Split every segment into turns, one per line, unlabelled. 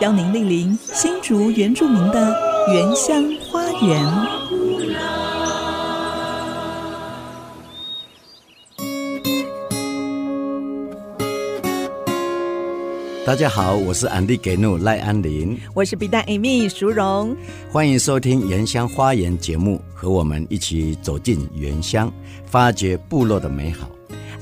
邀您莅临新竹原住民的原乡花园。
大家好，我是安迪给怒赖安林，
我是 B 站 Amy 淑荣，
欢迎收听《原乡花园》节目，和我们一起走进原乡，发掘部落的美好。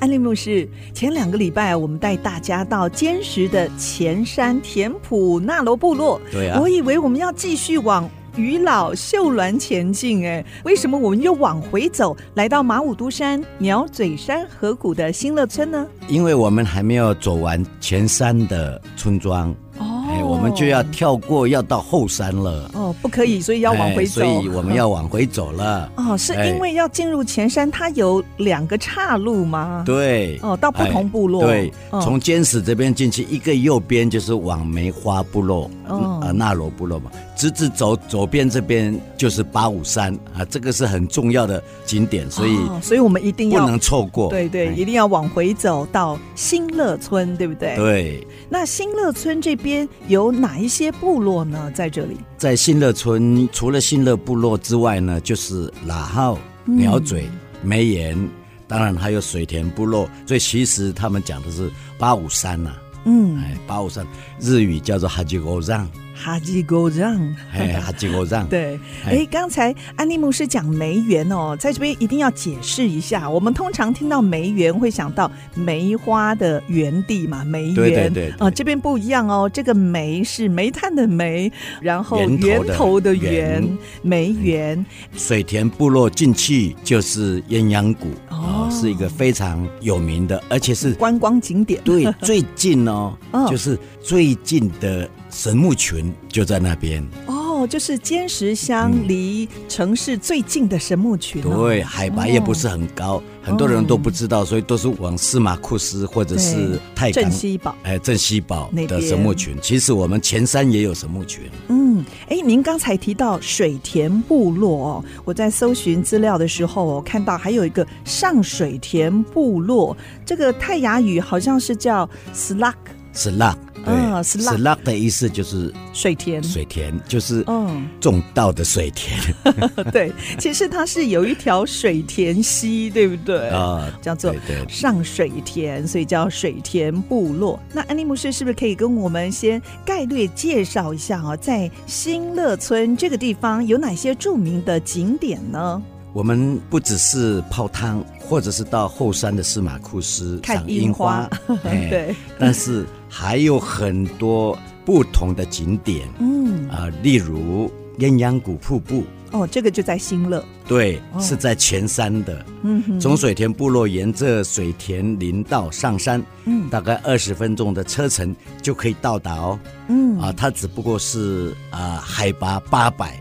安利牧师，前两个礼拜我们带大家到坚实的前山田埔纳罗部落，
对啊
我以为我们要继续往。渔老秀峦前进，哎，为什么我们又往回走，来到马武都山、鸟嘴山河谷的新乐村呢？
因为我们还没有走完前山的村庄，
哦
哎，我们就要跳过，要到后山了，
哦，不可以，所以要往回走。。
哎所以我们要往回走了
哦，是
哎
因为要进入前山，它有两个岔路吗？
对，哎
哦，到不同部落。
对，
嗯
从坚石这边进去，一个右边就是往梅花部落，
哦
呃，纳罗部落嘛，直直走左边这边就是八五山啊，这个是很重要的景点，所以
哦所以我们一定
不
要
能错过。
对对，
哎
一定要往回走到新乐村，对不对？。
对，
那新乐村这边有哪一些部落呢？在这里？
在新乐村除了新乐部落之外呢，就是喇号、鸟嘴、
嗯
梅岩，当然还有水田部落，所以其实他们讲的是八五山呐、
嗯，
哎，八五山日语叫做哈吉狗让，
哈基沟让。
哎，哈吉狗让，
对，
哎
哎，刚才安利牧师讲梅园哦，在这边一定要解释一下。我们通常听到梅园会想到梅花的园地嘛，梅园。
对对对对
呃，这边不一样哦，这个梅是煤炭的煤，然后
源头
源
的
头的
源
源，梅园。
水田部落进去就是鸳鸯谷
哦
啊、是一个非常有名的，而且是
观光景点。
对最近哦
嗯，
就是最近的神木群就在那边，
哦，就是尖石乡离城市最近的神木群、哦。
嗯对，海拔也不是很高，很多人都不知道，所以都是往司马库斯或者是太
嗯镇
港。
西堡。
哎，镇西堡
那
的
边
神木群，其实我们前山也有神木群，
嗯，哎，您刚才提到水田部落哦，我在搜寻资料的时候、哦、看到还有一个上水田部落，这个泰雅语好像是叫 Slak
是浪，
啊
对，
是
是
浪
浪的意思就是
水田。
水田，就是
嗯，
种稻的水田
对，其实它是有一条水田溪，对不对？
啊，
叫做
对对
上水田，所以叫水田部落。那安利牧师是不是可以跟我们先概略介绍一下啊，在新乐村这个地方有哪些著名的景点呢？
我们不只是泡汤，或者是到后山的司马库斯
看
赏
樱
樱
花
哎
对，
但是还有很多不同的景点
嗯，
啊、例如鸳鸯谷瀑布，
哦，这个就在新乐，
对，
哦
是在前山的。
嗯哼，
从水田部落沿着水田林道上山，
嗯
大概二十分钟的车程就可以到达哦。
嗯
啊，它只不过是啊、海拔八百，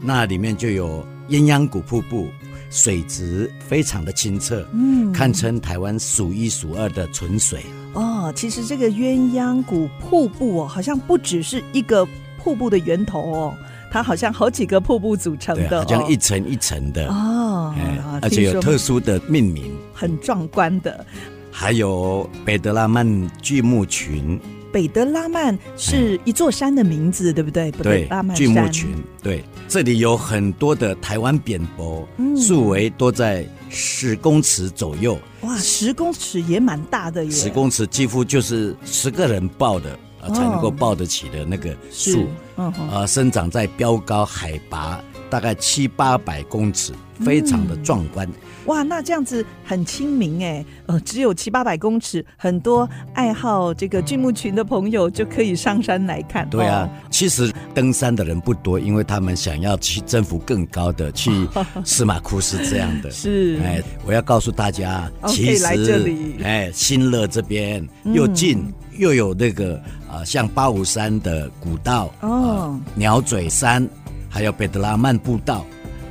那里面就有鸳鸯谷瀑布，水质非常的清澈，
嗯
堪称台湾数一数二的纯水。
哦，其实这个鸳鸯谷瀑布哦，好像不只是一个瀑布的源头哦，它好像好几个瀑布组成
对，啊
的、
好
哦，
像一层一层的，
哦
哎，
啊
而且
听
有
说
特殊的命名。
很壮观的。
还有北德拉曼巨木群，
北德拉曼是一座山的名字，对不对？北
对
德拉，曼
巨木
山
群，对，这里有很多的台湾扁柏，
嗯
树围都在十公尺左右，
哇，十公尺也蛮大的耶，
十公尺几乎就是十个人抱的，呃才能够抱得起的那个
哦是
树，
嗯哼，
呃，生长在标高海拔大概七八百公尺，
嗯
非常的壮观。
哇，那这样子很亲民哎，呃，只有七八百公尺，很多爱好这个巨木群的朋友就可以上山来看。
对啊
哦，，
其实登山的人不多，因为他们想要去征服更高 的，去司马库斯这样的。
是
哎，我要告诉大家，
哦
其
可以来这
实
里嗯
哎，新乐这边又近又有那个啊、呃像八五山的古道，啊
哦
鸟嘴山，还有北德拉曼步道。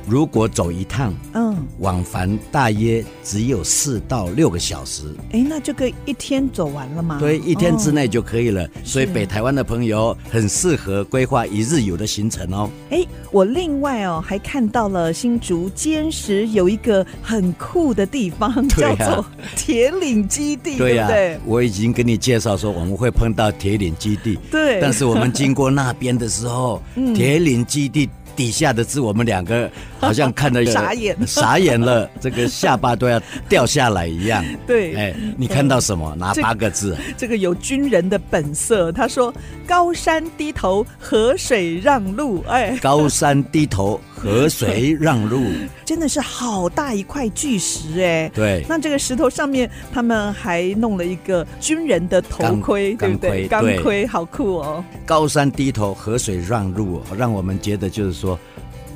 如果走一趟，
嗯，
往返大约只有四到六个小时，
哎，那这个一天走完了吗？
对，一天之
哦。
内就可以了。所以北台湾的朋友很适合规划一日游的行程哦。
哎，我另外哦还看到了新竹坚实有一个很酷的地方，
对
叫
呀
做铁岭基地，
对啊
不对？
我已经跟你介绍说我们会碰到铁岭基地，
对嗯
但是我们经过那边的时 候，铁岭基地。底下的字，我们两个好像看 得
傻眼
傻眼了，这个下巴都要掉下来一样。
对
哎，你看到什么？哪
这
八个字？
这个有军人的本色，他说：“高山低头，河水让路。”哎，
高山低头，河水让 路。
真的是好大一块巨石哎。
对，
那这个石头上面，他们还弄了一个军人的头盔，对
钢
不对？
钢
钢
盔对哎
盔好酷哦！
高山低头，河水让路，让我们觉得就是说，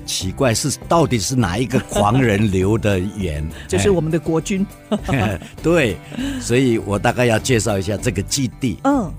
奇怪是到底是哪一个狂人留的言？
就是我们的国军，
哎 对，所以我大概要介绍一下这个基地。
嗯，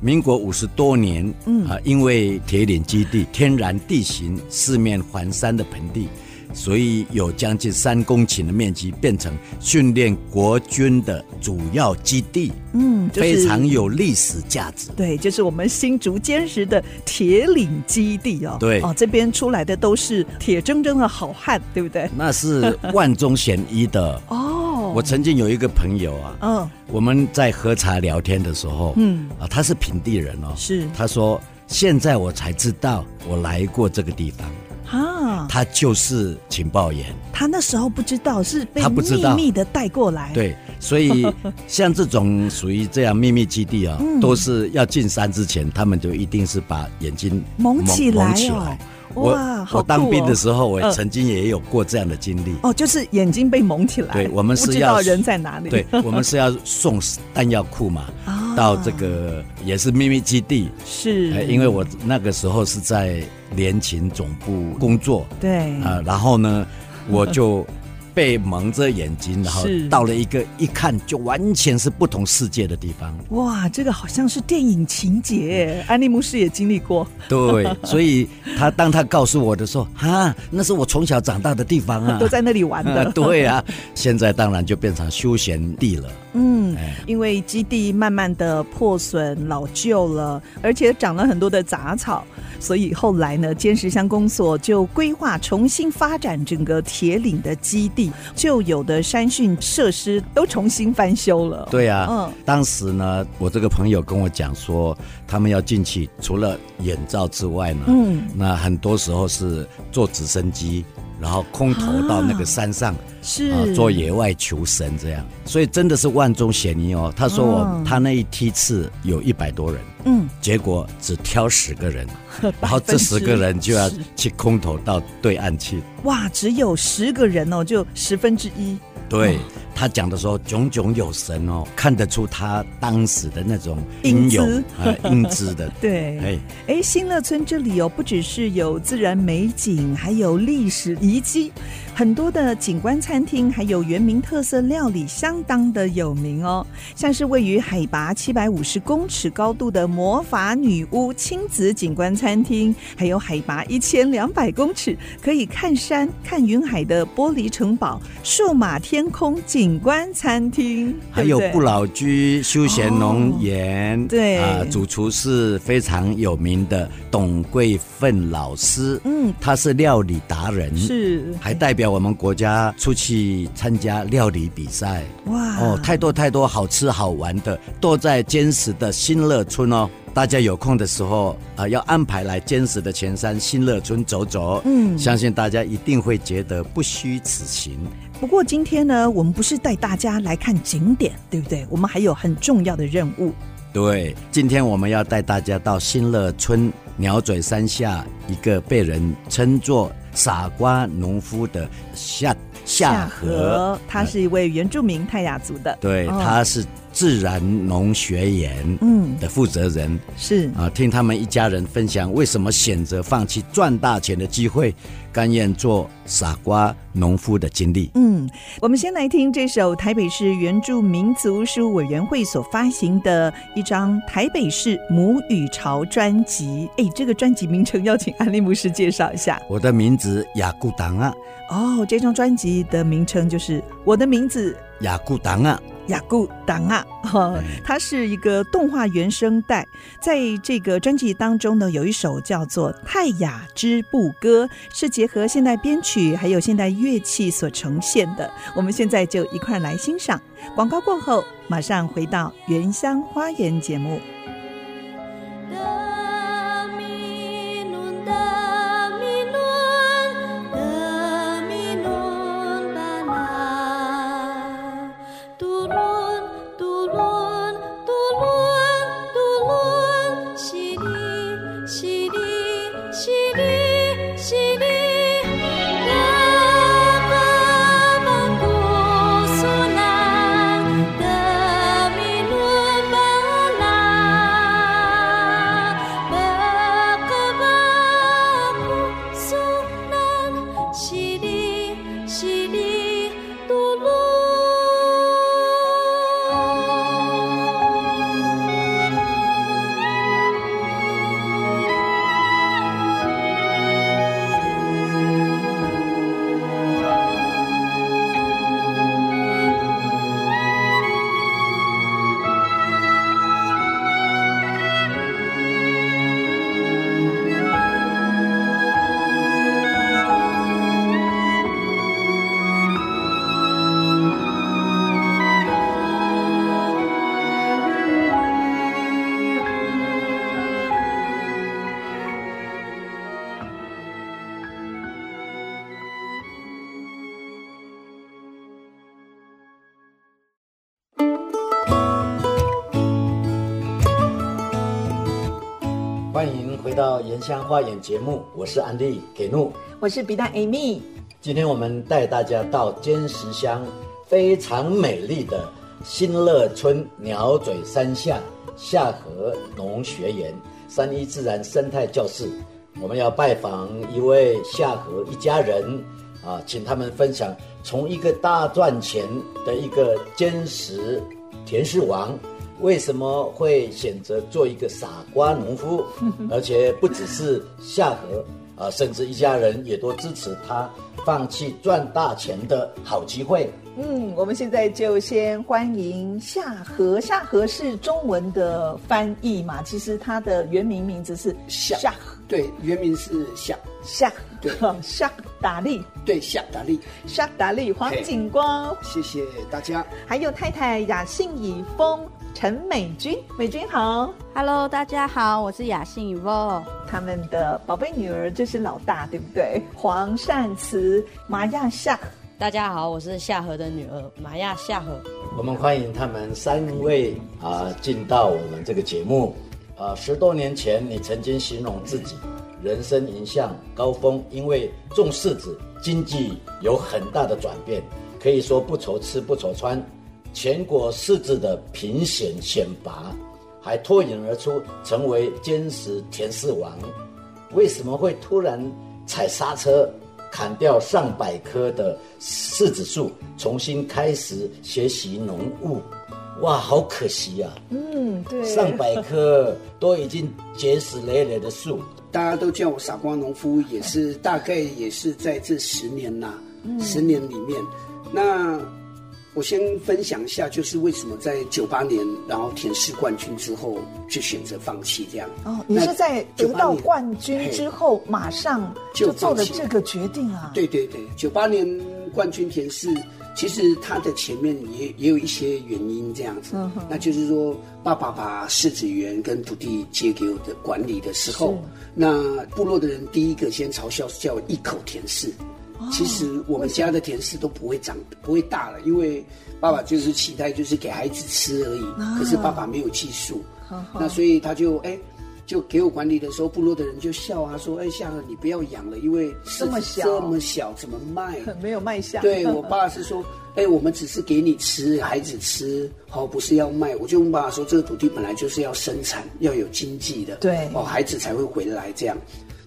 民国五十多年，
嗯
啊、因为铁岭基地天然地形四面环山的盆地，所以有将近三公顷的面积变成训练国军的主要基地，
嗯就是
非常有历史价值。
对，就是我们新竹坚实的铁岭基地哦。
对
哦，这边出来的都是铁铮铮的好汉，对不对？
那是万中选一的。
哦，
我曾经有一个朋友啊，
嗯
我们在喝茶聊天的时候，
嗯，
啊，他是平地人哦，
是
他说现在我才知道我来过这个地方，
啊，
他就是情报员，
他那时候不知道是被
他不知道
秘密的带过来，，
对，所 以像这种属于这样秘密基地啊、
嗯
都是要进山之前，他们就一定是把眼睛
蒙起来
蒙起
哦
来。我
哇好
我当
酷
兵
哦
的时候，我
嗯
曾经也有过这样的经历。
哦，就是眼睛被蒙起来，
对我们是
不知道
要
人在哪里，
对，我们是要送弹药库嘛，
嗯啊
到这个也是秘密基地，
是
哎，因为我那个时候是在联勤总部工作
对
啊、然后呢，我就被蒙着眼睛，然 后
是
到了一个一看就完全是不同世界的地方。
哇，这个好像是电影情节，
嗯
安利牧师也经历过，
对，所以他当他告诉我的时候，哈，那是我从小长大的地方啊，
都在那里玩
啊
的。
对啊，现在当然就变成休闲地了。
嗯
哎，
因为基地慢慢的破损老旧了，而且长了很多的杂草，所以后来呢，坚石乡公所就规划重新发展整个铁岭的基地，旧有的山训设施都重新翻修了。，
对啊，
嗯
当时呢，我这个朋友跟我讲说，他们要进去，除了眼罩之外呢，
嗯，
那很多时候是坐直升机，然后空投到那个山上
是、
啊做野外求生这样，所以真的是万中选一哦。他说我、
嗯
他那一梯次有一百多人，
嗯，
结果只挑十个 人，然后
百分
这
之
十个人就要
十
去空投到对岸去。
哇，只有十个人哦，就十分之一。
对、他讲的时候炯炯有神哦，看得出他当时的那种英勇
英
啊英 姿的。
对，
哎，
哎，新乐村这里哦，不只是有自然美景，还有历史遗迹，很多的景观餐厅，还有原民特色料理，相当的有名哦。像是位于海拔七百五十公尺高度的魔法女巫亲子景观餐厅，还有海拔一千两百公尺可以看山看云海的玻璃城堡数码天空景观餐厅，
还
对
有
不对
不老居休闲农园，
对
啊，主厨是非常有名的董桂芬老师，
嗯
他是料理达人，
是
还代表我们国家出去参加料理比赛。
哇
哦，太多太多好吃好玩的，都在坚实的新乐村哦。大家有空的时候啊、要安排来坚实的前山新乐村走走。
嗯
相信大家一定会觉得不虚此行。
不过今天呢，我们不是带大家来看景点，对不对？我们还有很重要的任务。
对，今天我们要带大家到新乐村鸟嘴山下一个被人称作“傻瓜农夫”的下
夏
河。
他是一位原住民泰雅族的，
对，
哦
他是自然农学园
嗯，
的负责人
是
啊，听他们一家人分享为什么选择放弃赚大钱的机会，甘愿做傻瓜农夫的经历。
嗯，我们先来听这首台北市原住民族事务委员会所发行的一张台北市母语潮专辑。哎，这个专辑名称要请安利牧师介绍一下。
我的名字雅固党啊，
哦，这张专辑的名称就是《我的名字
雅固党啊，
雅固党啊》哈、
嗯
它是一个动画原声带，在这个专辑当中呢，有一首叫做《泰雅之步歌》，是结合现代编曲还有现代乐器所呈现的。我们现在就一块儿来欣赏。广告过后，马上回到原乡花园节目。
Daminun, daminun, daminun panah. Turun, turun, turun, turun. Sidi, sidi, sidi, sidi. Damaku sunang, daminun panah. Bakabaku sunang, sidi, sidi, tulung.
欢迎回到《原乡花园》节目，我是安利给怒。
我是比大 Amy，
今天我们带大家到尖石乡非常美丽的新乐村鸟嘴山下下河农学园三一自然生态教室，我们要拜访一位下河一家人啊，请他们分享从一个大赚钱的一个坚石田氏王。为什么会选择做一个傻瓜农夫？而且不只是下河啊，甚至一家人也都支持他放弃赚大钱的好机会。
嗯，我们现在就先欢迎夏荷。夏荷是中文的翻译嘛？其实它的原名名字是
夏对，原名是夏，
夏 哦
对
夏达利，
对夏达利。
夏达利、黄
嘿
景光，
谢谢大家。
还有太太雅信以风、陈美君，美君好。
Hello，大家好，我是雅信 e v o
他们的宝贝女儿，这是老大，对不对？黄善慈、玛亚夏，
大家好，我是夏河的女儿玛亚夏河。
我们欢迎他们三位啊进到我们这个节目。啊，十多年前你曾经形容自己人生迎向高峰，因为重视子经济有很大的转变，可以说不愁吃不愁穿。全国市制的评选选拔，还脱颖而出，成为坚实田氏王。为什么会突然踩刹车，砍掉上百棵的柿子树，重新开始学习农务？哇，好可惜呀、
嗯，对
上百棵都已经结实累累的树，
大家都叫我傻瓜农夫，也是大概也是在这十年呐、
嗯
十年里面。那我先分享一下，就是为什么在九八年，然后田氏冠军之后，就选择放弃这样。
哦，你是在得到冠军之后，马上就做了这个决定啊？，
对对对，九八年冠军田氏，其实他的前面也也有一些原因这样子，
嗯哼
那就是说爸爸把柿子园跟土地借给我的管理的时候，那部落的人第一个先嘲笑是叫我一口田氏。
哦
其实我们家的田氏都不会长，不会大了，因为爸爸就是期待就是给孩子吃而已。
啊
可是爸爸没有技术，
好好
那所以他就哎、就给我管理的时候，部落的人就笑啊，说：“哎，夏荷你不要养了，因为柿子
这么小
这么小怎么卖？
很没有卖相。
对我爸是说，哎，我们只是给你吃，孩子吃，哦，不是要卖。我就跟爸爸说，这个土地本来就是要生产，要有经济的，
对
哦，孩子才会回来这样。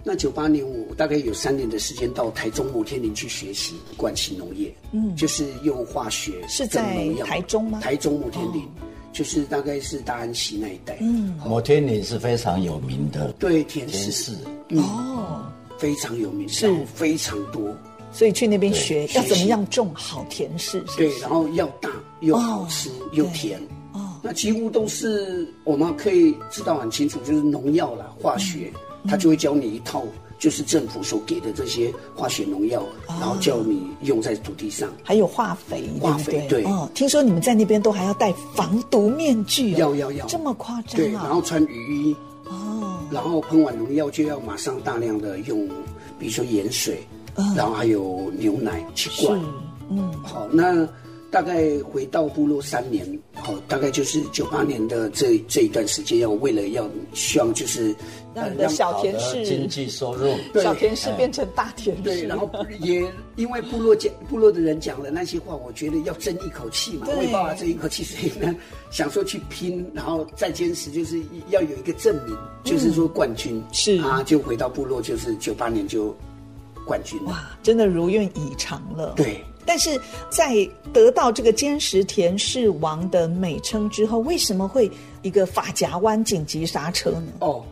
那九八年我大概有三年的时间到台中摩天林去学习管系农业，嗯，就是用化学
是
跟
在
农药
台中吗哦
台中摩天林。就是大概是大安溪那一带，嗯，
摩天林是非常有名的
对，田
田
氏
市，
哦，
非常有名，
是
然后非常多，
所以去那边
对
学
学
要怎么
习
样种好甜柿，是
对
不，是
然后要大又好吃
哦
又
对
甜，
哦，
那几乎都是我们可以知道很清楚，就是农药啦、化学，
嗯
他就会教你一套，就是政府所给的这些化学农药，
哦
然后叫你用在土地上。
还有化肥，对
化
不
肥对
哦，听说你们在那边都还要戴防毒面具哦，
要要要
这么夸张
对，
啊？
然后穿雨衣，
哦，
然后喷完农药就要马上大量的用，比如说盐水，然后还有牛奶去
嗯是
灌。，
嗯，
好，那大概回到部落三年，好，大概就是九八年的这这一段时间，要为了要希望就是呃
让你的小甜
好的经
柿，
济收入。
对哎
小甜柿变成大甜柿，
对，然后也因为部落讲部落的人讲了那些话，我觉得要争一口气嘛，
对
为爸爸啊争一口气，所以呢，想说去拼，然后再坚持，就是要有一个证明，就是说冠军
嗯是
啊，就回到部落，就是九八年就冠军了，
哇，真的如愿以偿了，。
对。
但是在得到这个坚实田氏王的美称之后，为什么会一个发夹弯紧急刹车呢？
哦，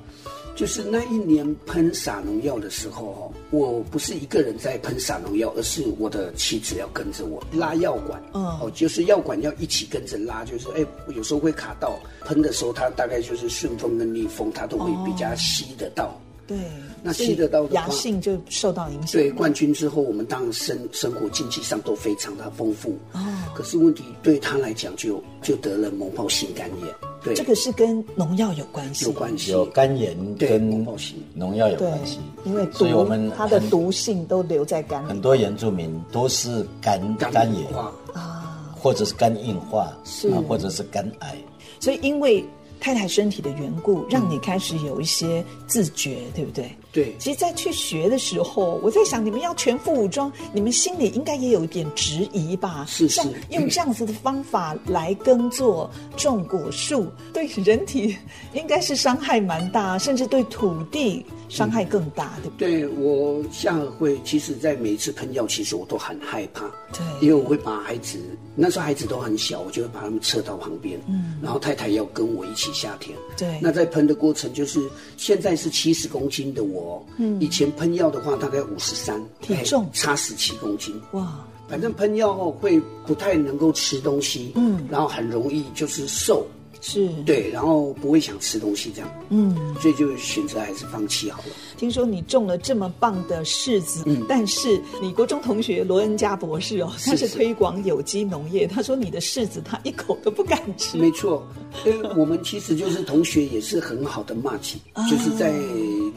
就是那一年喷洒农药的时候哦，我不是一个人在喷洒农药，而是我的妻子要跟着我拉药管。
嗯
哦，就是药管要一起跟着拉，就是哎，有时候会卡到喷的时候，它大概就是顺风跟逆风，它都会比较吸得到。
对，
那
所以
吸得到的话
阳性就受到影响。
对冠军之后，我们当然生生活经济上都非常的丰富。
哦
可是问题对他来讲就就得了脓疱性肝炎，对，
这个是跟农药有关系，
有关系。
有肝炎
对
跟
脓疱性
农药有
对
关系，，
因为毒
所以我们
它的
很
毒性都留在肝
很
里
多原住民都是肝肝炎，
化
啊，
或者是肝硬化，
是
啊，或者是肝癌。
所以因为。太太身体的缘故，让你开始有一些自觉，对不对？
对
其实，在去学的时候，我在想，你们要全副武装，你们心里应该也有一点质疑吧？
是是
像用这样子的方法来耕作、种果树，对人体应该是伤害蛮大，甚至对土地伤害更大，对不对？
对我下颌会，其实在每一次喷药，其实我都很害怕，
对
因为我会把孩子，那时候孩子都很小，我就会把他们撤到旁边，嗯，然后太太要跟我一起下田，
对
那在喷的过程，就是现在是七十公斤的我，嗯，以前喷药的话大概五十三，
体重
哎差十七公斤，
哇，
反正喷药后会不太能够吃东西，嗯，然后很容易就是瘦，
是，
对，然后不会想吃东西这样，
嗯。
所以就选择还是放弃好了。
听说你种了这么棒的柿子，
嗯
但是你国中同学罗恩加博士哦，他是
是
推广有机农业，他说你的柿子他一口都不敢吃，
没错，因为我们其实就是同学，也是很好的 match，、就是
啊
在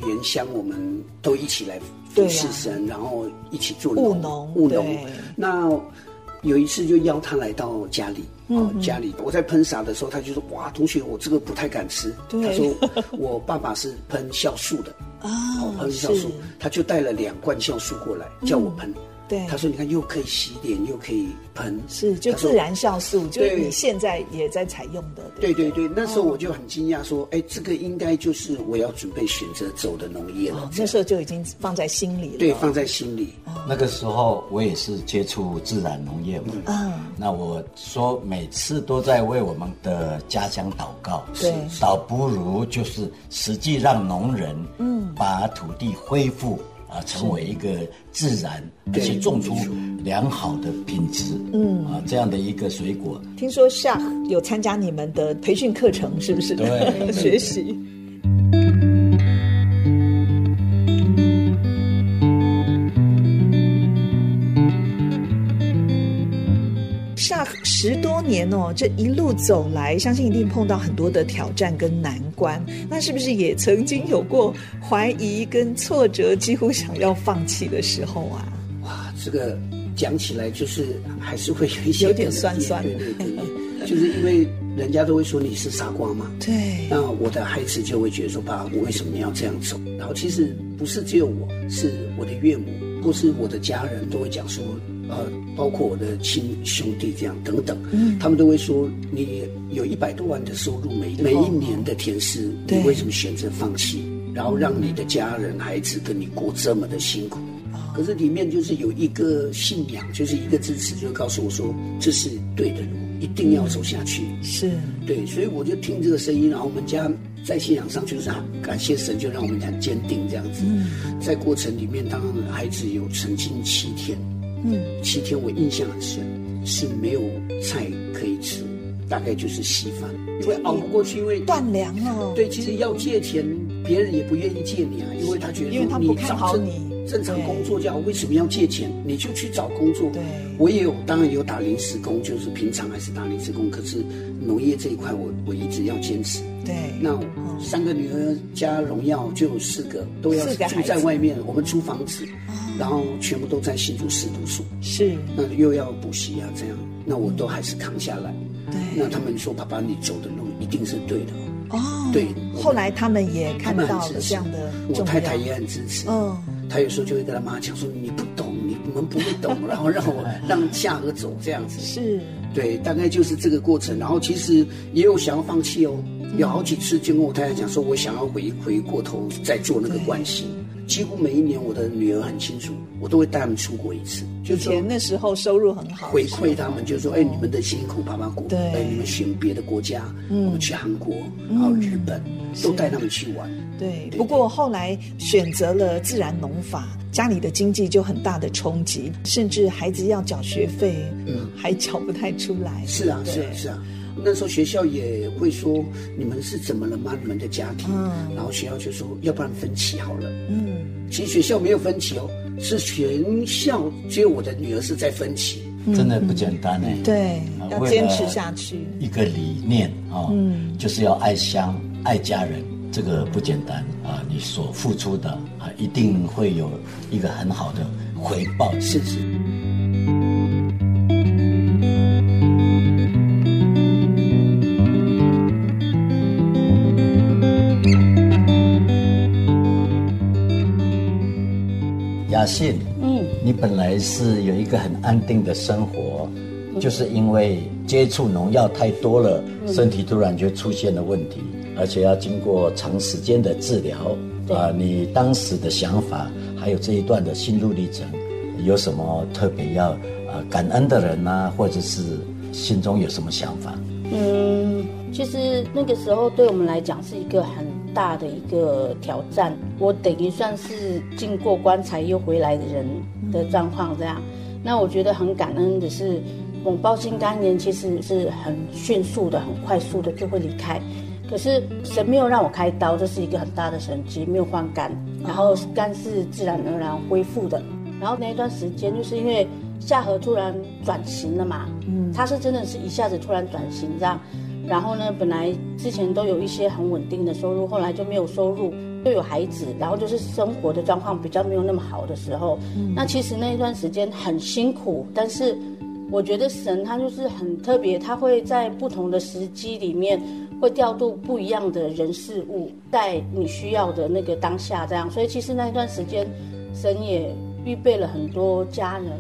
原乡我们都一起来服侍神，然后一起做
务农
农务农
对。
那有一次就邀他来到家里。
嗯
哦，家里我在喷洒的时候，他就说：“哇，同学，我这个不太敢吃。”
对
他说：“我爸爸是喷酵 素的，哦，
啊
喷酵素，他就带了两罐酵素过来，叫我喷。
嗯对，
他说：‘你看，又可以洗脸，又可以喷，
是就
他说
自然酵素，就是
对
你现在也在采用的，不
对对对，那时候我就很惊讶，说，哎，这个应该就是我要准备选择走的农业了
哦。，
这
那
样
时候哦就已经放在心里了，
对，放在心里。
那个时候我也是接触自然农业嘛，
嗯，
那我说每次都在为我们的家乡祷告，
对
倒不如就是实际让农人，嗯，把土地恢复啊、成为一个自然，而且种出良好的品质，嗯啊、这样的一个水果，
听说夏有参加你们的培训课程，是不是？
对
学习。夏十多年哦，这一路走来，相信一定碰到很多的挑战跟难关。那是不是也曾经有过怀疑跟挫折，几乎想要放弃的时候啊？
哇，这个讲起来就是还是会有一些
有点酸酸
对对对对，就是因为人家都会说你是傻瓜嘛。
对
那我的孩子就会觉得说，爸，我为什么要这样走？然后其实不是只有我，是我的岳母或是我的家人都会讲说，呃，包括我的亲兄弟这样等等，他们都会说你有一百多万的收入每每一年的田师，你
对
为什么选择放弃，然后让你的家人孩子跟你过这么的辛苦？可是里面就是有一个信仰，就是一个支持，就告诉我说这是对的路，一定要走下去。
是
对，所以我就听这个声音，然后我们家在信仰上就是啊，感谢神，就让我们很坚定这样子。
嗯
在过程里面，当然孩子有曾经七天，嗯，七天我印象很深，是没有菜可以吃，大概就是稀饭，因为熬不过去，因为
断粮哦。
对，其实要借钱，别人也不愿意借你啊，因为他觉得
因为他
说
不
你
看
找
好
正
你
正常
对
工作就好，为什么要借钱？你就去找工作。
对
我也有，当然有打临时工，就是平常还是打临时工，可是农业这一块我，我一直要坚持。
对，嗯
那三个女儿加荣耀就有四个，都要
四个嗯
住
孩子
在外面，我们租房子，然后全部都在新竹市读书，
是
那又要补习啊，这样，那我都还是扛下来。
对
那他们说，爸爸，你走的路一定是对的。
哦。
对，
后来他们也看
他们
到
很支
了这
持
样的
我
重
太太
要。
也很支持。
嗯，
她有时候就会跟她妈讲说：“你不懂，你你们不会懂。”然后让 我让夏河走这样子。
是
对，大概就是这个过程。然后其实也有想要放弃哦，
嗯
有好几次就跟我太太讲说，我想要回回过头再做那个关系。几乎每一年，我的女儿很清楚，我都会带他们出国一次，就
以
是说
前那时候收入很好，
回馈他们，就是说，哎，你们的辛苦，爸爸苦，
对嗯
哎，你们选别的国家，我们去韩国，然后日本，都带他们去玩。
对，
对
不过后来选择了自然农法，家里的经济就很大的冲击，甚至孩子要缴学费，
嗯
还缴不太出 来。
是啊，
对
是啊，是啊。那时候学校也会说你们是怎么了吗？你们的家庭，
嗯
然后学校就说要不然分期好了。
嗯，
其实学校没有分期哦，是全校只有我的女儿是在分期。
真的不简单呢。
对，
啊
要
为了
坚
哦
持下去。
一个理念啊，
嗯
就是要爱乡、爱家人，这个不简单啊！你所付出的啊，一定会有一个很好的回报。
是是。
雅信，
嗯，
你本来是有一个很安定的生活，
嗯
就是因为接触农药太多了，身体突然就出现了问题，而且要经过长时间的治疗。
对
啊，你当时的想法，还有这一段的心路历程，有什么特别要呃感恩的人呐、或者是心中有什么想法？
嗯，其实那个时候对我们来讲是一个很大的一个挑战。我等于算是进过棺材又回来的人的状况这样。那我觉得很感恩的是，猛暴性肝炎其实是很迅速的、很快速的就会离开。可是神没有让我开刀，这是一个很大的神迹，没有换肝，然后肝是自然而然恢复的。然后那一段时间，就是因为夏河突然转型了嘛，嗯，他是真的是一下子突然转型这样，然后呢，本来之前都有一些很稳定的收入，后来就没有收入，又有孩子，然后就是生活的状况比较没有那么好的时候，那其实那一段时间很辛苦，但是我觉得神他就是很特别，他会在不同的时机里面会调度不一样的人事物，在你需要的那个当下这样。所以其实那一段时间，神也预备了很多家人。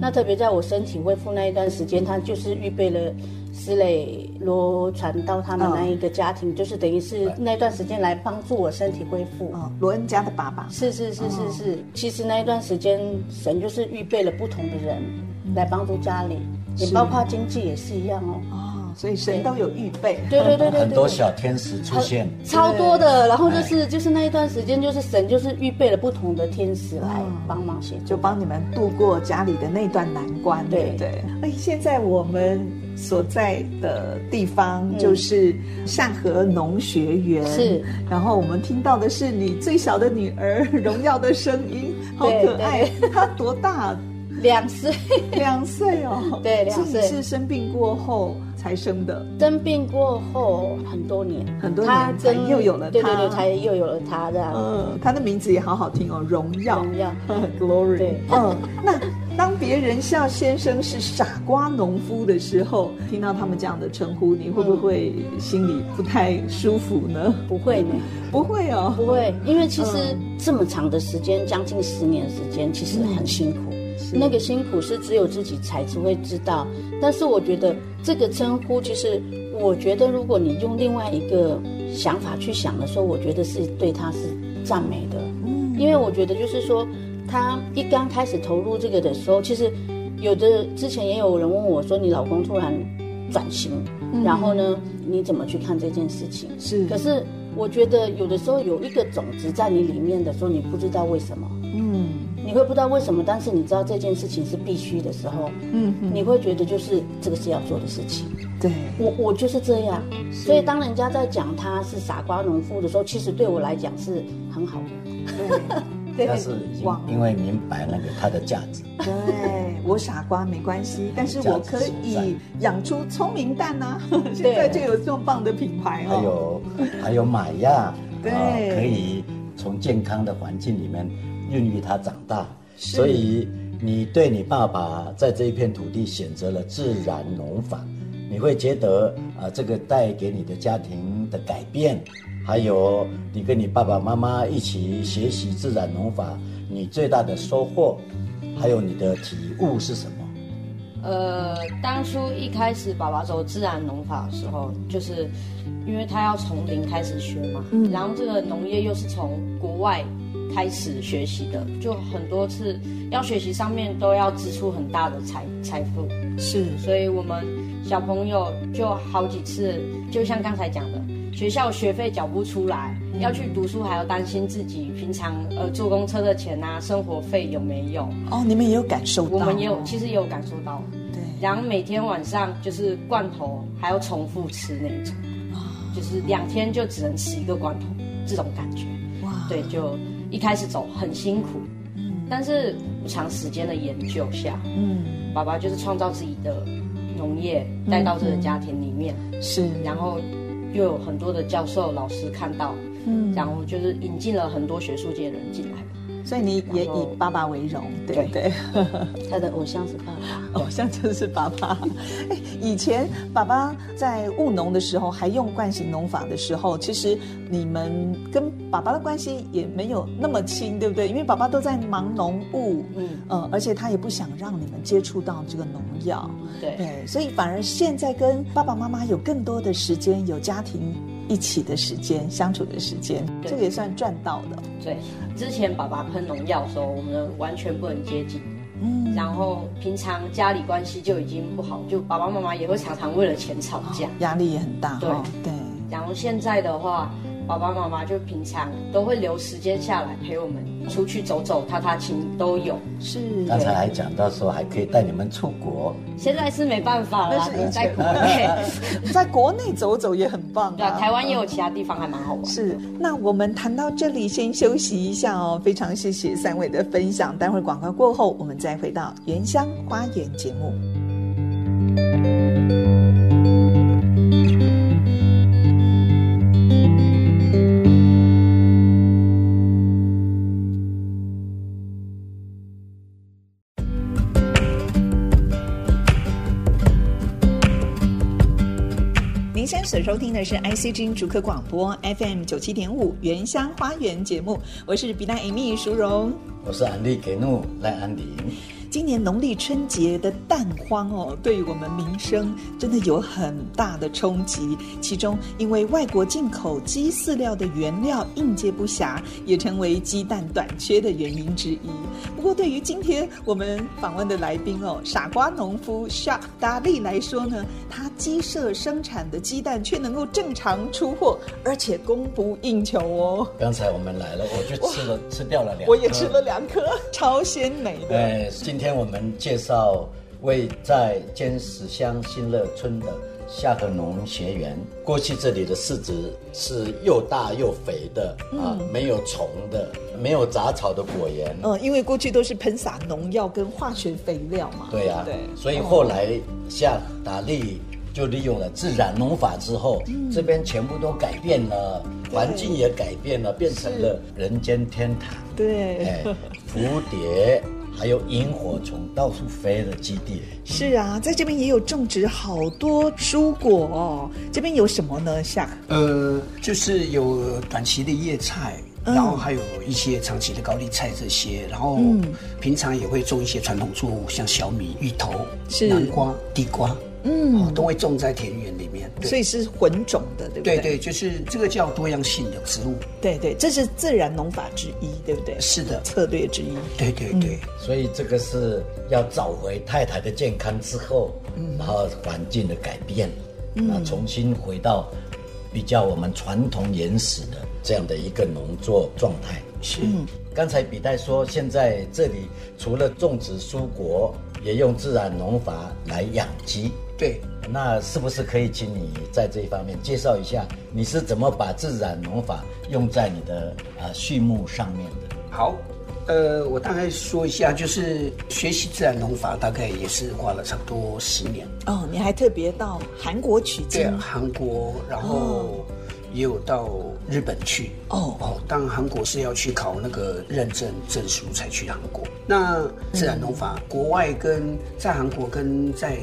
那特别在我身体恢复那一段时间，他就是预备了石磊、罗传道他们那一个家庭，就是等于是那段时间来帮助我身体恢复。
嗯，罗恩家的爸爸
是是是是是，哦其实那一段时间，神就是预备了不同的人来帮助家里，也包括经济也是一样哦。
哦，所以神都有预备。
对对对对对，
很多小天使出现，
超多的，然后就是就是那一段时间，就是神就是预备了不同的天使来帮忙协助。
就帮你们度过家里的那段难关，对
对
不对？哎，现在我们所在的地方就是善和农学园，
是。
然后我们听到的是你最小的女儿荣耀的声音，好可爱。她多大？
两次
两岁哦。
对两
所
岁
以你是生病过后才生的。
生病过后很多年，
很多年
他
才
跟
又有了
对对
他
对，才又有了他这样。
嗯，她的名字也好好听哦，荣耀。
荣耀
Glory。
对
嗯，那当别人笑先生是傻瓜农夫的时候，听到他们这样的称呼，你会不会心里不太舒服呢？
不会呢，
不会哦，
不会，因为其实这么长的时间，将近十年的时间，其实很辛苦。那个辛苦是只有自己才是会知道。但是我觉得这个称呼，其实我觉得如果你用另外一个想法去想的时候，我觉得是对他是赞美的，因为我觉得就是说，他一刚开始投入这个的时候，其实有的之前也有人问我说，你老公突然转型，然后呢，你怎么去看这件事情？
是
可是我觉得有的时候有一个种子在你里面的时候，你不知道为什么，
嗯
你会不知道为什么，但是你知道这件事情是必须的时候，
嗯
你会觉得就是这个是要做的事情。
对
我我就是这样，所以当人家在讲他是傻瓜农夫的时候，其实对我来讲是很好的。
对
但是已经
哇
因为明白那个它的价值，
对，我傻瓜没关系，但是我可以养出聪明蛋 呐、现在就有这么棒的品牌
还
哦。
有还有玛雅，
对
啊可以从健康的环境里面孕育它长大，所以你对你爸爸在这一片土地选择了自然农法，你会觉得啊、这个带给你的家庭的改变，还有你跟你爸爸妈妈一起学习自然农法，你最大的收获，
嗯
还有你的体悟是什么？
呃，当初一开始爸爸走自然农法的时候，就是因为他要从零开始学嘛，
嗯
然后这个农业又是从国外开始学习的，就很多次要学习上面都要支出很大的财财富，
是
所以我们小朋友就好几次，就像刚才讲的，学校学费缴不出来，要去读书还要担心自己平常呃坐公车的钱啊，生活费有没有，
哦，你们也有感受到，
我们也有其实也有感受到。
嗯对，
然后每天晚上就是罐头，还要重复吃那一种，就是两天就只能吃一个罐头，这种感觉。
哇，
对，就一开始走很辛苦，但是长时间的研究下，
嗯，
爸爸就是创造自己的农业带到这个家庭里面，
是，
然后又有很多的教授老师看到，
嗯
然后就是引进了很多学术界的人进来。
所以你也
然
以
后
爸爸为荣，对不对？
他的偶像是爸 爸，
偶像就是爸爸。 哎，以前爸爸在务农的时候，还用惯性农法的时候，其实你们跟爸爸的关系也没有那么亲，对不对？因为爸爸都在忙农务，
嗯，
呃，而且他也不想让你们接触到这个农药，
对。
对，所以反而现在跟爸爸妈妈有更多的时间，有家庭一起的时间，相处的时间，
对
这个也算赚到的。
对，之前爸爸喷农药的时候，我们完全不能接近。
嗯
然后平常家里关系就已经不好，就爸爸妈妈也会常常为了钱吵架。
压力也很大，
对
哦对，
然后现在的话，爸爸妈妈就平常都会留时间下来陪我们出去走走、踏踏青都有。
是。
刚才还讲到说还可以带你们出国，
现在是没办法
那
啦
是以，前
在国内，
在国内走走也很棒、啊。
对啊，台湾也有其他地方还蛮好玩。
是，那我们谈到这里，先休息一下哦。非常谢谢三位的分享，待会儿广告过后，我们再回到原乡花园节目。您现在所收听的是 IC 之音逐客广播 FM 九七点五原乡花园节目，我是比奈 Amy 淑荣。
我是安利给怒赖安林。
今年农历春节的蛋荒哦，对于我们民生真的有很大的冲击。其中，因为外国进口鸡饲料的原料应接不暇，也成为鸡蛋短缺的原因之一。不过，对于今天我们访问的来宾哦，傻瓜农夫 Shark 达利来说呢，他鸡舍生产的鸡蛋却能够正常出货，而且供不应求哦。
刚才我们来了，我就吃了吃掉了两颗。
我也吃了 两颗，超鲜美的。
哎，今天我们介绍位在尖石乡新乐村的夏河农学园。过去这里的市值是又大又肥的、啊，没有虫的，没有杂草的果园。
呃
嗯，因为过去都是喷洒农药跟化学肥料嘛。
对呀、
不对，
所以后来夏达利就利用了自然农法之后，这边全部都改变了，环境也改变了，变成了人间天堂。
对，
哎，蝴蝶还有萤火虫到处飞的基地。
是啊，在这边也有种植好多蔬果哦。这边有什么呢？夏
呃，就是有短期的叶菜，
嗯
然后还有一些长期的高丽菜这些，然后
嗯
平常也会种一些传统作物，像小米、芋头、
是
南瓜、地瓜，
嗯
哦，都会种在田园里面。对
所以是混种的，对不
对
对
对，就是这个叫多样性的植物。
对对，这是自然农法之一，对不对？
是的，
策略之一。
对对对，
嗯
所以这个是要找回太太的健康之后，然后环境的改变，那重新回到比较我们传统原始的这样的一个农作状态。
是
嗯
刚才比代说，现在这里除了种植蔬果，也用自然农法来养鸡。
对。
那是不是可以请你在这一方面介绍一下，你是怎么把自然农法用在你的啊畜牧上面的？
好，呃，我大概说一下，就是学习自然农法，大概也是花了差不多十年，
哦，你还特别到韩国取经
对，
啊
韩国，然
啊哦
后也有到日本去。
哦
哦，当然韩国是要去考那个认证证书才去韩国。那自然农
嗯
法，国外跟在韩国跟在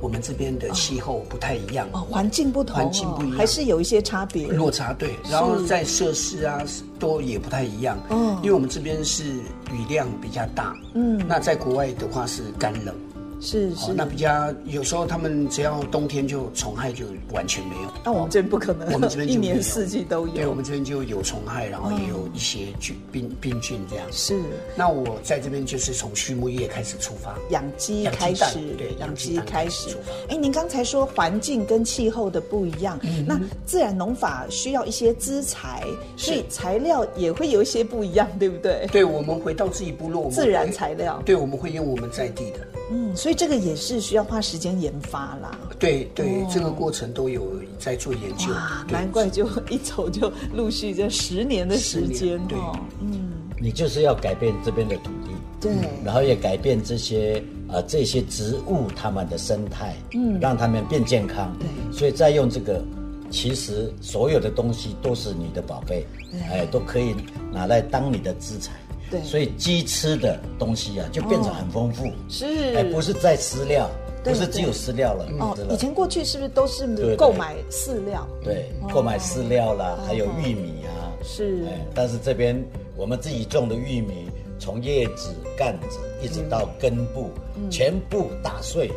我们这边的气候不太一样。
哦，环境不同、哦，
环境不一样
还是有一些差别。
落差对，然后在设施啊都也不太一样，
嗯
因为我们这边是雨量比较大，
嗯
那在国外的话是干冷，
是是，
哦，那比较有时候他们只要冬天就虫害就完全没有，
那我们这边不可能，
我们这边
一
就没有
年四季都
对，我
有。
们这边就有虫害，然后也有一些菌病病菌这样。
是
那我在这边就是从畜牧业开始出发，
养鸡
养鸡
开
蛋
始，
对
养
养鸡
鸡
蛋
开
开始
始
出。
哎，您刚才说环境跟气候的不一样，那自然农法需要一些资材，所以材料也会有一些不一样，对不对？
对，我们回到自己部落，我们
自然
会
材料
对，我们会用我们在地的，
嗯，所以这个也是需要花时间研发啦。
对对，这个过程都有在做研究
哦哇，，
对
难怪就一走就陆续这十年的时间
10年对
哦，嗯，
你就是要改变这边的土地，
对，
然后也改变这些啊、呃这些植物它们的生态，嗯，让它们变健康。
对
所以再用这个，其实所有的东西都是你的宝贝，哎，都可以拿来当你的资产。
对
所以鸡吃的东西啊，就变成很丰富，
是
哎，不是在饲料，
哦对
不是只有饲料了，
哦
吃了，
以前哦过去是不是都
对
是
对
购买饲料？
对，购买饲料啦，
哦
还有玉米啊，
是
哎，但是这边我们自己种的玉米，从叶子、干子一直到根部，
嗯
全部打碎，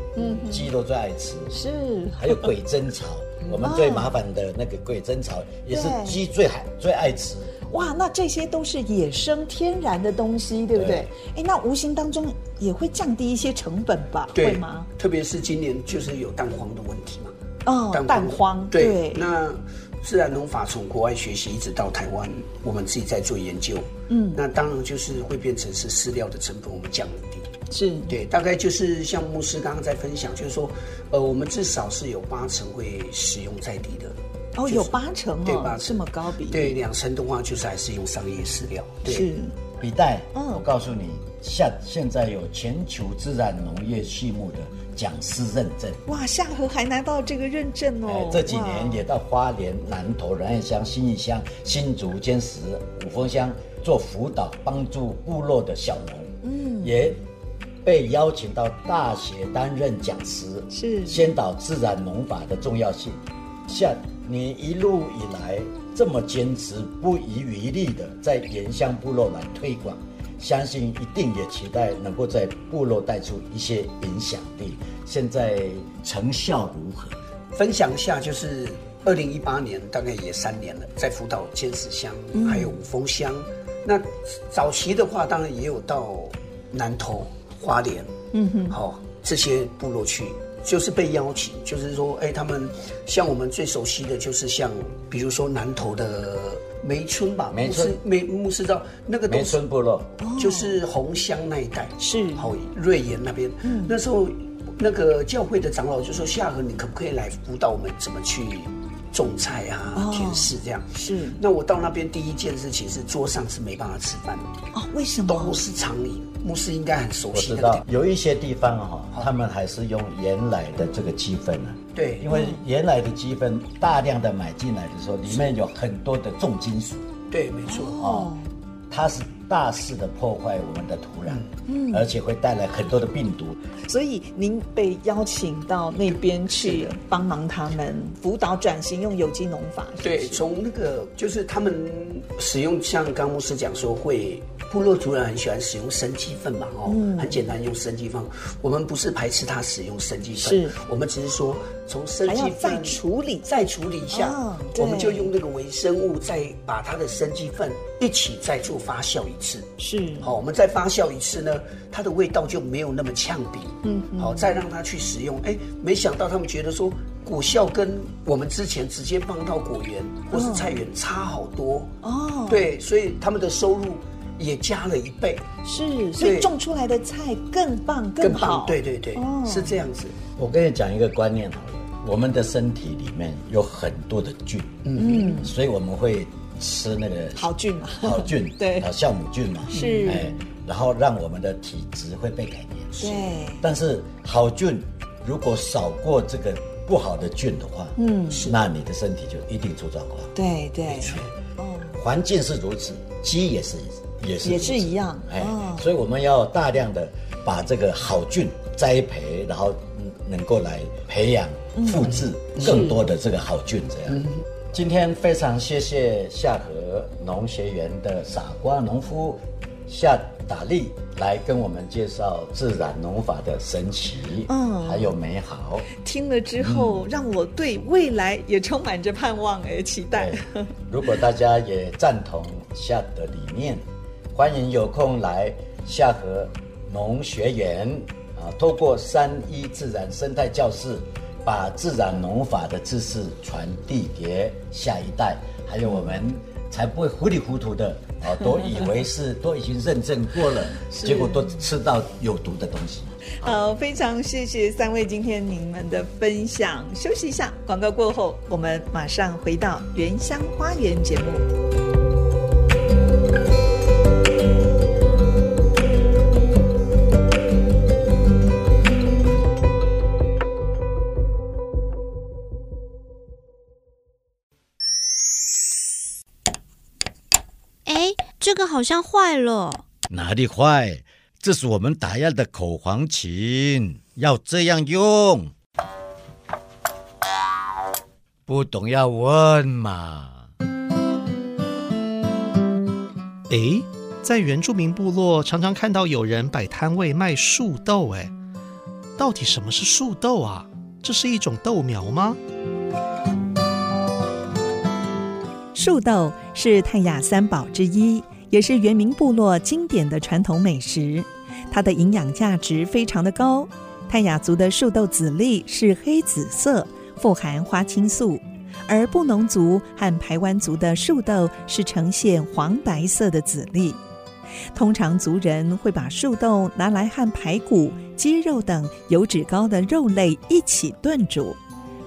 鸡都最爱吃。
是
还有鬼针 草，我们最麻烦的那个鬼针草也是
哦对
鸡最爱最爱吃。
哇，那这些都是野生天然的东西，对不对？哎，那无形当中也会降低一些成本吧？会
对
吗？？
特别是今年就是有蛋黄的问题嘛，
哦，蛋黄，
对，那自然农法从国外学习一直到台湾，我们自己在做研究，嗯，那当然就是会变成是饲料的成本我们降低。
是
对，大概就是像牧师刚刚在分享，就是说，呃，我们至少是有八成会使用在地的，
哦，有八成
对
哦
吧？，
这么高比例，
对，两成的话就是还是用商业饲料，对，
是
笔袋，
嗯
我告诉你，下现在有全球自然农业畜牧的讲师认证。
哇，夏荷还拿到这个认证哦
哎，，这几年
哇
也到花莲、南投、仁爱乡、新义乡、新竹、尖石、五峰乡做辅导，帮助部落的小农。嗯，也被邀请到大学担任讲师，
是
先导自然农法的重要性。像你一路以来这么坚持、不遗余力的在原乡部落来推广，相信一定也期待能够在部落带出一些影响力。现在成效如何？
分享一下，就是二零一八年，大概也三年了，在福岛尖石乡，还有五峰乡。那早期的话，当然也有到南投、花莲，嗯哼，好、这些部落去，就是被邀请，就是说，哎，他们像我们最熟悉的就是像，比如说南投的梅村吧，
梅村
牧师梅牧师道那个都
梅
是
村部落。
就是红乡那一带，
哦是嗯
好瑞岩那边。那时候那个教会的长老就说：“夏荷，你可不可以来辅导我们怎么去种菜啊、
哦
田氏这样？”
是
那我到那边第一件事情是桌上是没办法吃饭的，
哦，为什
都
么？
是常理。牧师应该很熟
我
悉
知
那个地
道有一些地方啊哈、他们还是用原来的这个鸡粪啊，
对
因为原来的鸡粪大量的买进来的时候，里面有很多的重金属，
对，没错，
它是大肆的破坏我们的土壤，嗯，而且会带来很多的病毒。
所以您被邀请到那边去帮忙他们辅导转型，用有机农法。是不是
对，从那个就是他们使用，像刚牧师讲说会。部落族人很喜欢使用生鸡粪嘛，哦，很简单，用生鸡粪。我们不是排斥他使用生鸡
是
粪，我们只是说从生
还
鸡
要
粪啊
再处理
再处理一下，
哦对
我们就用那个微生物再把它的生鸡粪一起再做发酵一次。
是
好，我们再发酵一次呢，它的味道就没有那么呛鼻。嗯，好，再让它去使用。哎，没想到他们觉得说果效跟我们之前直接放到果园或是菜园差好多。
哦，
对，所以他们的收入也加了一倍，
是，所以
对
种出来的菜更棒
更
好
棒。。对对对，
哦
是这样子。
我跟你讲一个观念好了，我们的身体里面有很多的菌，嗯，所以我们会吃那个
好菌嘛
好菌
对
啊酵母菌嘛，
是
哎，然后让我们的体质会被改变，
对
但是好菌如果少过这个不好的菌的话，嗯，那你的身体就一定出状况。
对对，
环境是如此，鸡也是也是
也
如
是
此
一样
哎、
哦
所以我们要大量的把这个好菌栽培，然后嗯能够来培养、复制更多的这个好菌，这样。
嗯
今天非常谢谢夏河农学园的傻瓜农夫夏达利来跟我们介绍自然农法的神奇，
嗯
还有美好。
听了之后让我对未来也充满着盼望哎，期待。
对，如果大家也赞同夏的理念，欢迎有空来夏河农学园啊，透过三一自然生态教室，把自然农法的知识传递给下一代，还有我们。才不会糊里糊涂的啊，都以为是都已经认证过了，结果都吃到有毒的东西。
好，非常谢谢三位今天你们的分享。休息一下，广告过后，我们马上回到《原乡花园》节目。
哎，这个好像坏了。
哪里坏？这是我们打药的口簧琴，要这样用。不懂要问嘛。
诶，在原住民部落常常看到有人摆摊位卖树豆，诶，到底什么是树豆啊？这是一种豆苗吗？
树豆是泰雅三宝之一，也是原民部落经典的传统美食。它的营养价值非常的高。泰雅族的树豆籽粒是黑紫色，富含花青素；而布农族和排湾族的树豆是呈现黄白色的籽粒。通常族人会把树豆拿来和排骨、鸡肉等油脂高的肉类一起炖煮。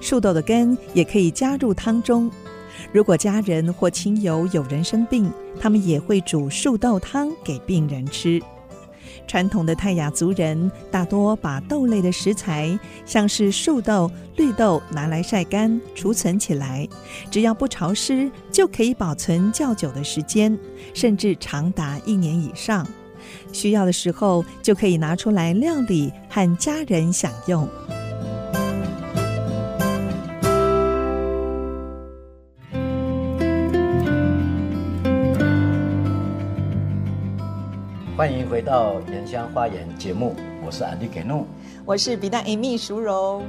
树豆的根也可以加入汤中，如果家人或亲友有人生病，他们也会煮树豆汤给病人吃。传统的泰雅族人大多把豆类的食材，像是树豆、绿豆拿来晒干，储存起来。只要不潮湿，就可以保存较久的时间，甚至长达一年以上。需要的时候，就可以拿出来料理和家人享用。
欢迎回到《原乡花园》节目，我是安迪给弄。
我是比大 Amy 淑荣，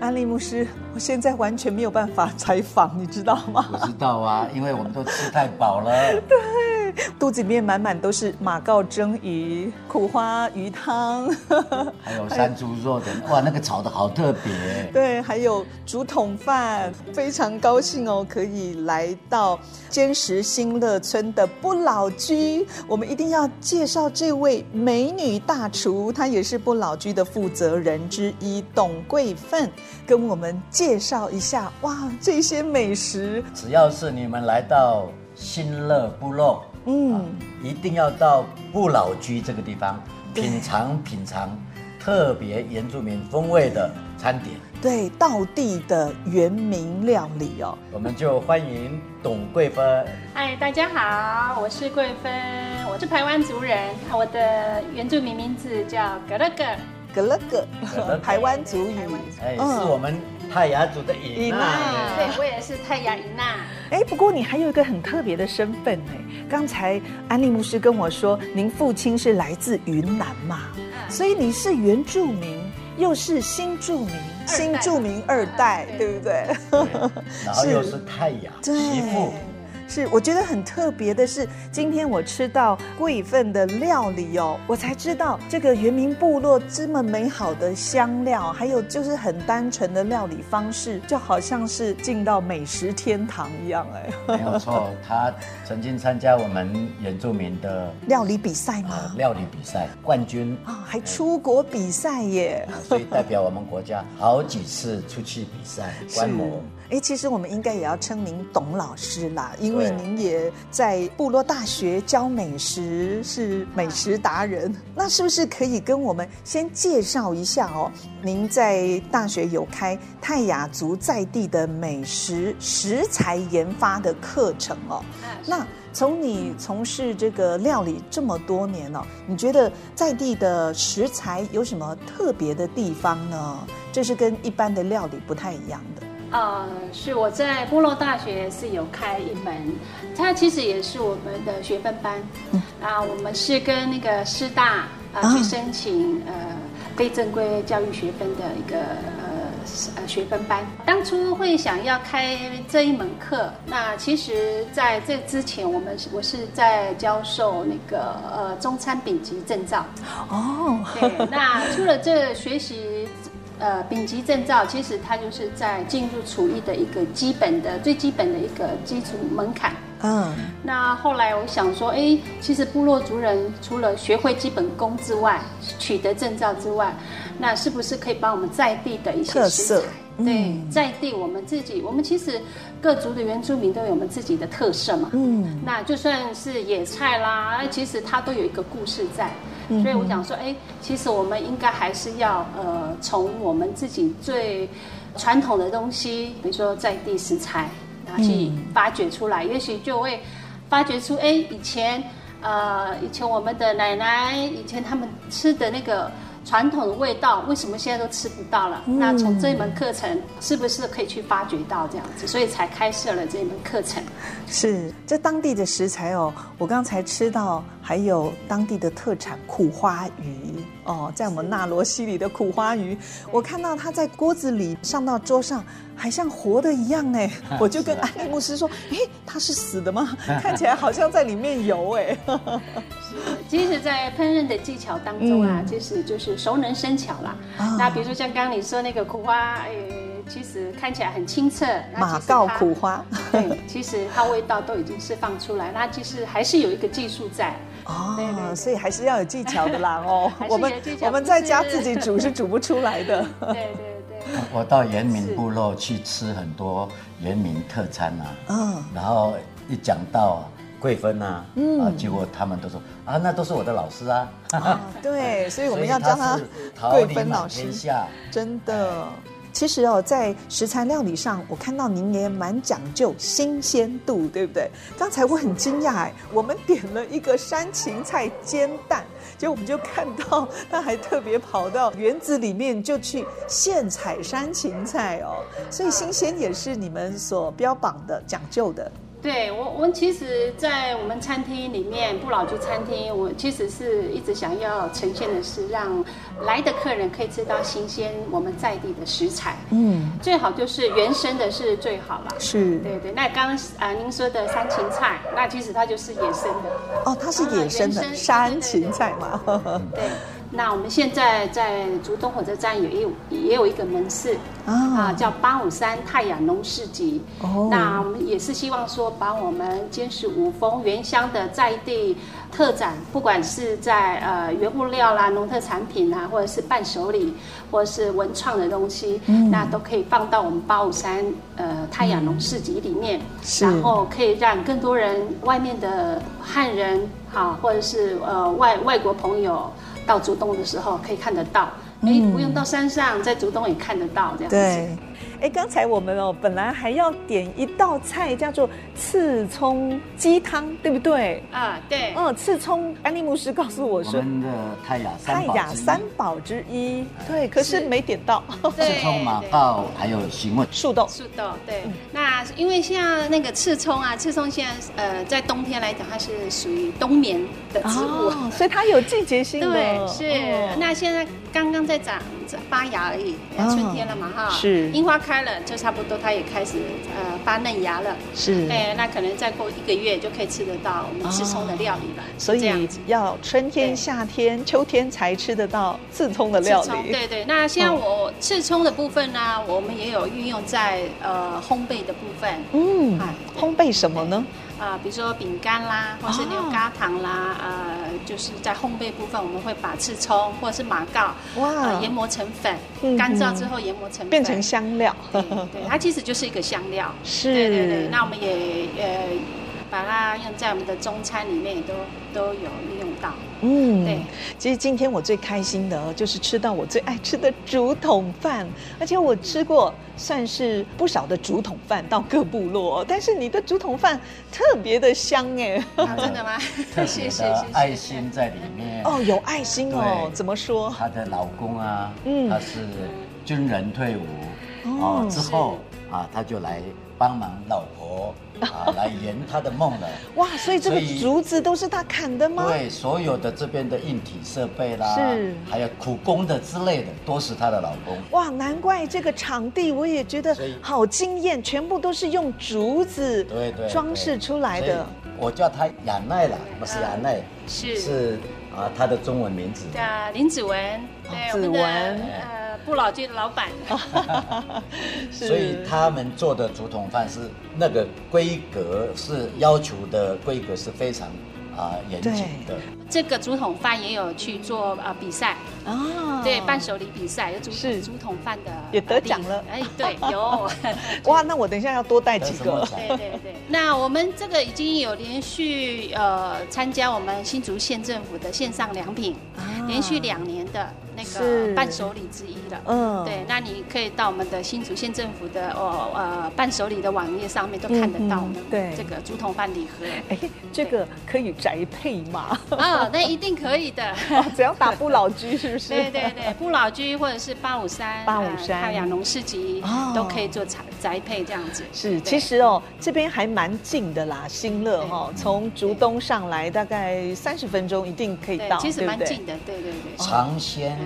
安利牧师，我现在完全没有办法采访，你知道吗？
我知道啊，因为我们都吃太饱 了。
肚子里面满满都是马告蒸鱼、苦花鱼汤，
还有山猪肉的，哇，那个炒的好特别。
对，还有竹筒饭。非常高兴哦，可以来到坚实新乐村的不老居。我们一定要介绍这位美女大厨，她也是不老居的负责人之一，董桂芬，跟我们介绍一下。哇，这些美食
只要是你们来到新乐部落，啊嗯、一定要到不老居这个地方品尝品尝
特别原住民风味的餐点。
对，道地的原名料理哦。
我们就欢迎董桂芬。
嗨，大家好，我是桂芬，我是台湾族人，我的原住民名字叫格勒格。
格勒格
格勒，格
台湾族语。
哎，是我们泰雅族的
姨
姨
妈
妈。
嗯对，我也是泰雅伊娜。
哎，不过你还有一个很特别的身份哎。刚才安利牧师跟我说，您父亲是来自云南嘛，所以你是原住民，又是新住民，
代
新住民二代，对不对？
然后又是泰雅媳妇。
是，我觉得很特别的是，今天我吃到贵份的料理哦，我才知道这个原民部落这么美好的香料，还有就是很单纯的料理方式，就好像是进到美食天堂一样哎。
没有 错，她曾经参加我们原住民的呃
料理比赛吗？
料理比赛冠军，啊
啊、还出国比赛耶！
所以代表我们国家好几次出去比 赛观摩。
哎，其实我们应该也要称您董老师啦，因为
对
您也在部落大学教美食，是美食达人。那是不是可以跟我们先介绍一下哦？您在大学有开泰雅族在地的美食食材研发的课程哦。那从你从事这个料理这么多年哦，你觉得在地的食材有什么特别的地方呢？这是跟一般的料理不太一样的。
呃，是我在部落大学是有开一门，它其实也是我们的学分班。啊，我们是跟那个师大啊
啊
去申请呃非正规教育学分的一个呃是呃学分班。当初会想要开这一门课，那其实在这之前，我们是我是在教授那个呃中餐丙级证照。
哦，
对，那除了这学习呃丙级证照，其实它就是在进入厨艺的一个基本的最基本的一个基础门槛。
嗯，
那后来我想说，哎，其实部落族人除了学会基本功之外，取得证照之外，那是不是可以把我们在地的一些
特
食
色
材？对
嗯，
在地我们自己，我们其实各族的原住民都有我们自己的特色嘛。
嗯，
那就算是野菜啦，那其实它都有一个故事在。所以我想说，哎，其实我们应该还是要呃，从我们自己最传统的东西，比如说在地食材，然后去发掘出来，也许就会发掘出，哎，以前呃，以前我们的奶奶，以前他们吃的那个。传统的味道为什么现在都吃不到了？那从这一门课程是不是可以去发掘到这样子？所以才开设了这一门课程。
是这当地的食材哦，我刚才吃到还有当地的特产苦花鱼哦，在我们纳罗西里的苦花鱼，我看到它在锅子里上到桌上，还像活的一样 哎，
啊
我就跟安利牧师说，哎，它是死的吗？ 看起来好像在里面游哎，
其实，在烹饪的技巧当中啊，
嗯
其实就是熟能生巧啦。
啊
那比如说像刚刚你说那个苦花，呃，其实看起来很清澈，那
马
其实
告
它
苦，花
对，其实它味道都已经释放出来，那其实还是有一个技术在。对
哦，
对对
所以还是要有技巧的啦哦
还，是
我
有
们
技巧
我们
不
在家
是
自己煮是煮不出来的。
对对对，
我到原民部落去吃很多原民特餐啊，
嗯，
然后一讲到桂芬啊，啊，结果他们都说啊，那都是我的老师啊，
对，所以我们要
所以
叫
他
他
是桃
桂
李
芬老
满
师
天。下。
真的。其实哦，在食材料理上，我看到您也蛮讲究新鲜度，对不对？刚才我很惊讶哎，我们点了一个山芹菜煎蛋，结果我们就看到他还特别跑到园子里面就去现采山芹菜哦，所以新鲜也是你们所标榜的讲究的。
对我我们其实，在我们餐厅里面，不老居餐厅，我其实是一直想要呈现的是让来的客人可以吃到新鲜我们在地的食材，
嗯，
最好就是原生的是最好啦。
是
对对，那刚刚啊、您说的山芹菜，那其实它就是野生的。
哦，它是
啊
野生的
原生
山
对对对
芹菜嘛。
嗯
对，那我们现在在竹东火车站有一也有一个门市
啊
啊，叫八五三太阳农市集。
哦
那我们也是希望说，把我们坚实五峰原乡的在地特展，不管是在呃原物料啦、农特产品啦，或者是伴手礼，或者是文创的东西，
嗯
那都可以放到我们八五三呃太阳农市集里面，
是
然后可以让更多人外面的汉人哈、或者是呃外外国朋友到竹东的时候可以看得到。哎，不用到山上，在竹东也看得到这样子。
嗯对，哎，刚才我们哦，本来还要点一道菜叫做刺葱鸡汤，对不对？
啊，对，
哦
嗯，刺葱，安利牧师告诉我
我
说，
们的泰雅
泰
三宝
雅
之一
三宝之一，对，可是没点 到，
对
是从马告还有询问，
树豆，
树豆对，那因为像那个刺葱啊，刺葱现在呃在冬天来讲，它是属于冬眠的植物。
哦，所以它有季节性的，
对，是、
哦
那现在刚刚在长长发芽而已，
哦
春天了嘛哈，
是
樱花开了就差不多，它也开始呃发嫩芽了，
是，
对，那可能再过一个月就可以吃得到我们吃葱的料理了，
所
这样
以
子
要春天、
对
夏天、秋天才吃得到刺葱的料
刺葱
理，
对对，那
哦
像我刺葱的部分呢、我们也有运用在呃烘焙的部分，
嗯
啊，
烘焙什么呢？
啊、比如说饼干啦，或是牛轧糖啦，
哦
呃，就是在烘焙部分，我们会把刺葱或者是马告，
哇
呃，研磨成粉
啊嗯，
干燥之后研磨成粉，
变成香料，
对，对，它其实就是一个香料。
是
对对对，那我们也呃把它用在我们的中餐里面也都都有利用到。
嗯，
对，
其实今天我最开心的哦就是吃到我最爱吃的竹筒饭，而且我吃过算是不少的竹筒饭到各部落 哦，但是你的竹筒饭特别的香哎，
啊，真的吗？
特别
谢谢谢
的
谢。
爱心在里面。
哦，有爱心哦，
对
怎么说？
她的老公啊，
嗯
他是军人退伍，
哦
哦，之后啊，他就来帮忙老婆 啊，来圆她的梦了。
哇，所以这个
所以
竹子都是他砍的吗？
对，所有的这边的硬体设备啦，
是
还有苦工的之类的，都是她的老公。
哇，难怪这个场地我也觉得
所以
好惊艳，全部都是用竹子
对对，对
装饰出来。
所以
的。
我叫她雅奈啦，不是雅奈，
嗯是
是啊，她的中文名字。
啊，林子文，对，
哦子
我们的
文
呃不老街的老板。
是
所以他们做的竹筒饭是那个规格是要求的规格是非常啊、严谨的。
这个竹筒饭也有去做啊比赛，
啊
对，伴手礼比赛有竹
是
竹筒饭的
也得奖了
哎，对， 有。
哇，那我等一下要多带几
但是
个
目。前
对对对，那我们这个已经有连续呃参加我们新竹县政府的线上良品，连续两年的那
啊是
个伴手礼之一了。
嗯
对，那你可以到我们的新竹县政府的哦呃伴手礼的网页上面都看得到
嗯
我们
嗯对
这个竹筒饭礼盒
哎， 这个可以宅配 吗？
啊，那一定可以的。
只要打不老居是不是？
对对对，不老居或者是八五三、呃
853
太阳农市集
哦
都可以做宅宅配这样子。
是，
对
其实哦，这边还蛮近的啦，新乐哈、哦，从竹东上来大概三十分钟一定可以
对
到，，
其实
对不
蛮
对，
近的，对对对。
尝鲜，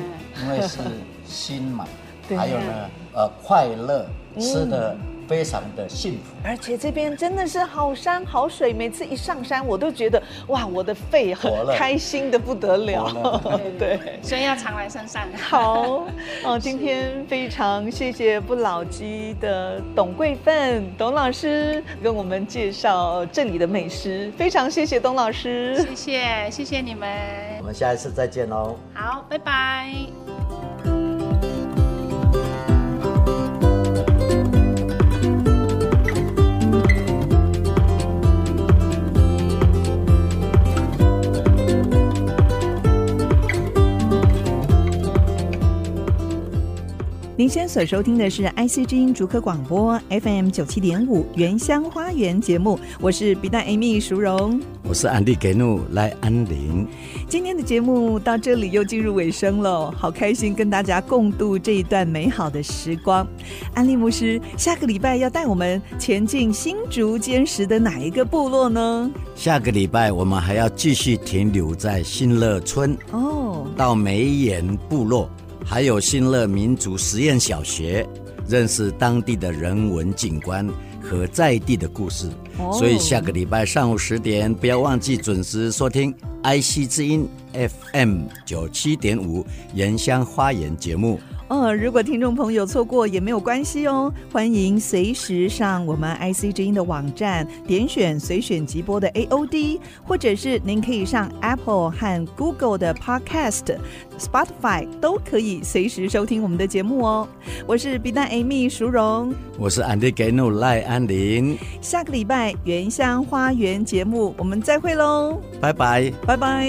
因为是新嘛
对
还有呢，呃，快乐，吃的非常的幸福。
而且这边真的是好山好水，每次一上山我都觉得哇，我的肺很
活了
开心的不得了
活。
哦对，
所以要常来山 上。
好哦，今天非常谢谢不老鸡的董桂芬董老师跟我们介绍这里的美食，非常谢谢董老师。
谢谢，谢谢你们。
我们下一次再见哦喽。
好，拜拜。
您现在所收听的是 IC 之音竹科广播 FM 九七点五原乡花园节目，我是笔袋 Amy 淑荣。
我是安迪给努来安林，
今天的节目到这里又进入尾声了，好开心跟大家共度这一段美好的时光。安利牧师下个礼拜要带我们前进新竹坚实的哪一个部落呢？
下个礼拜我们还要继续停留在新乐村，
哦，
到梅岩部落，还有新乐民族实验小学，认识当地的人文景观和在地的故事。
哦
所以下个礼拜上午十点，不要忘记准时收听 IC 之音 FM 九七点五原乡花园节目。
哦，如果听众朋友错过也没有关系哦，欢迎随时上我们 IC 之音的网站，点选随选即播的 AOD，或者是您可以上 Apple 和 Google 的 Podcast、Spotify 都可以随时收听我们的节目哦。我是 B 站 Amy 淑荣，
我是安迪给努赖安林，
下个礼拜原乡花园节目我们再会喽，
拜拜。
拜拜。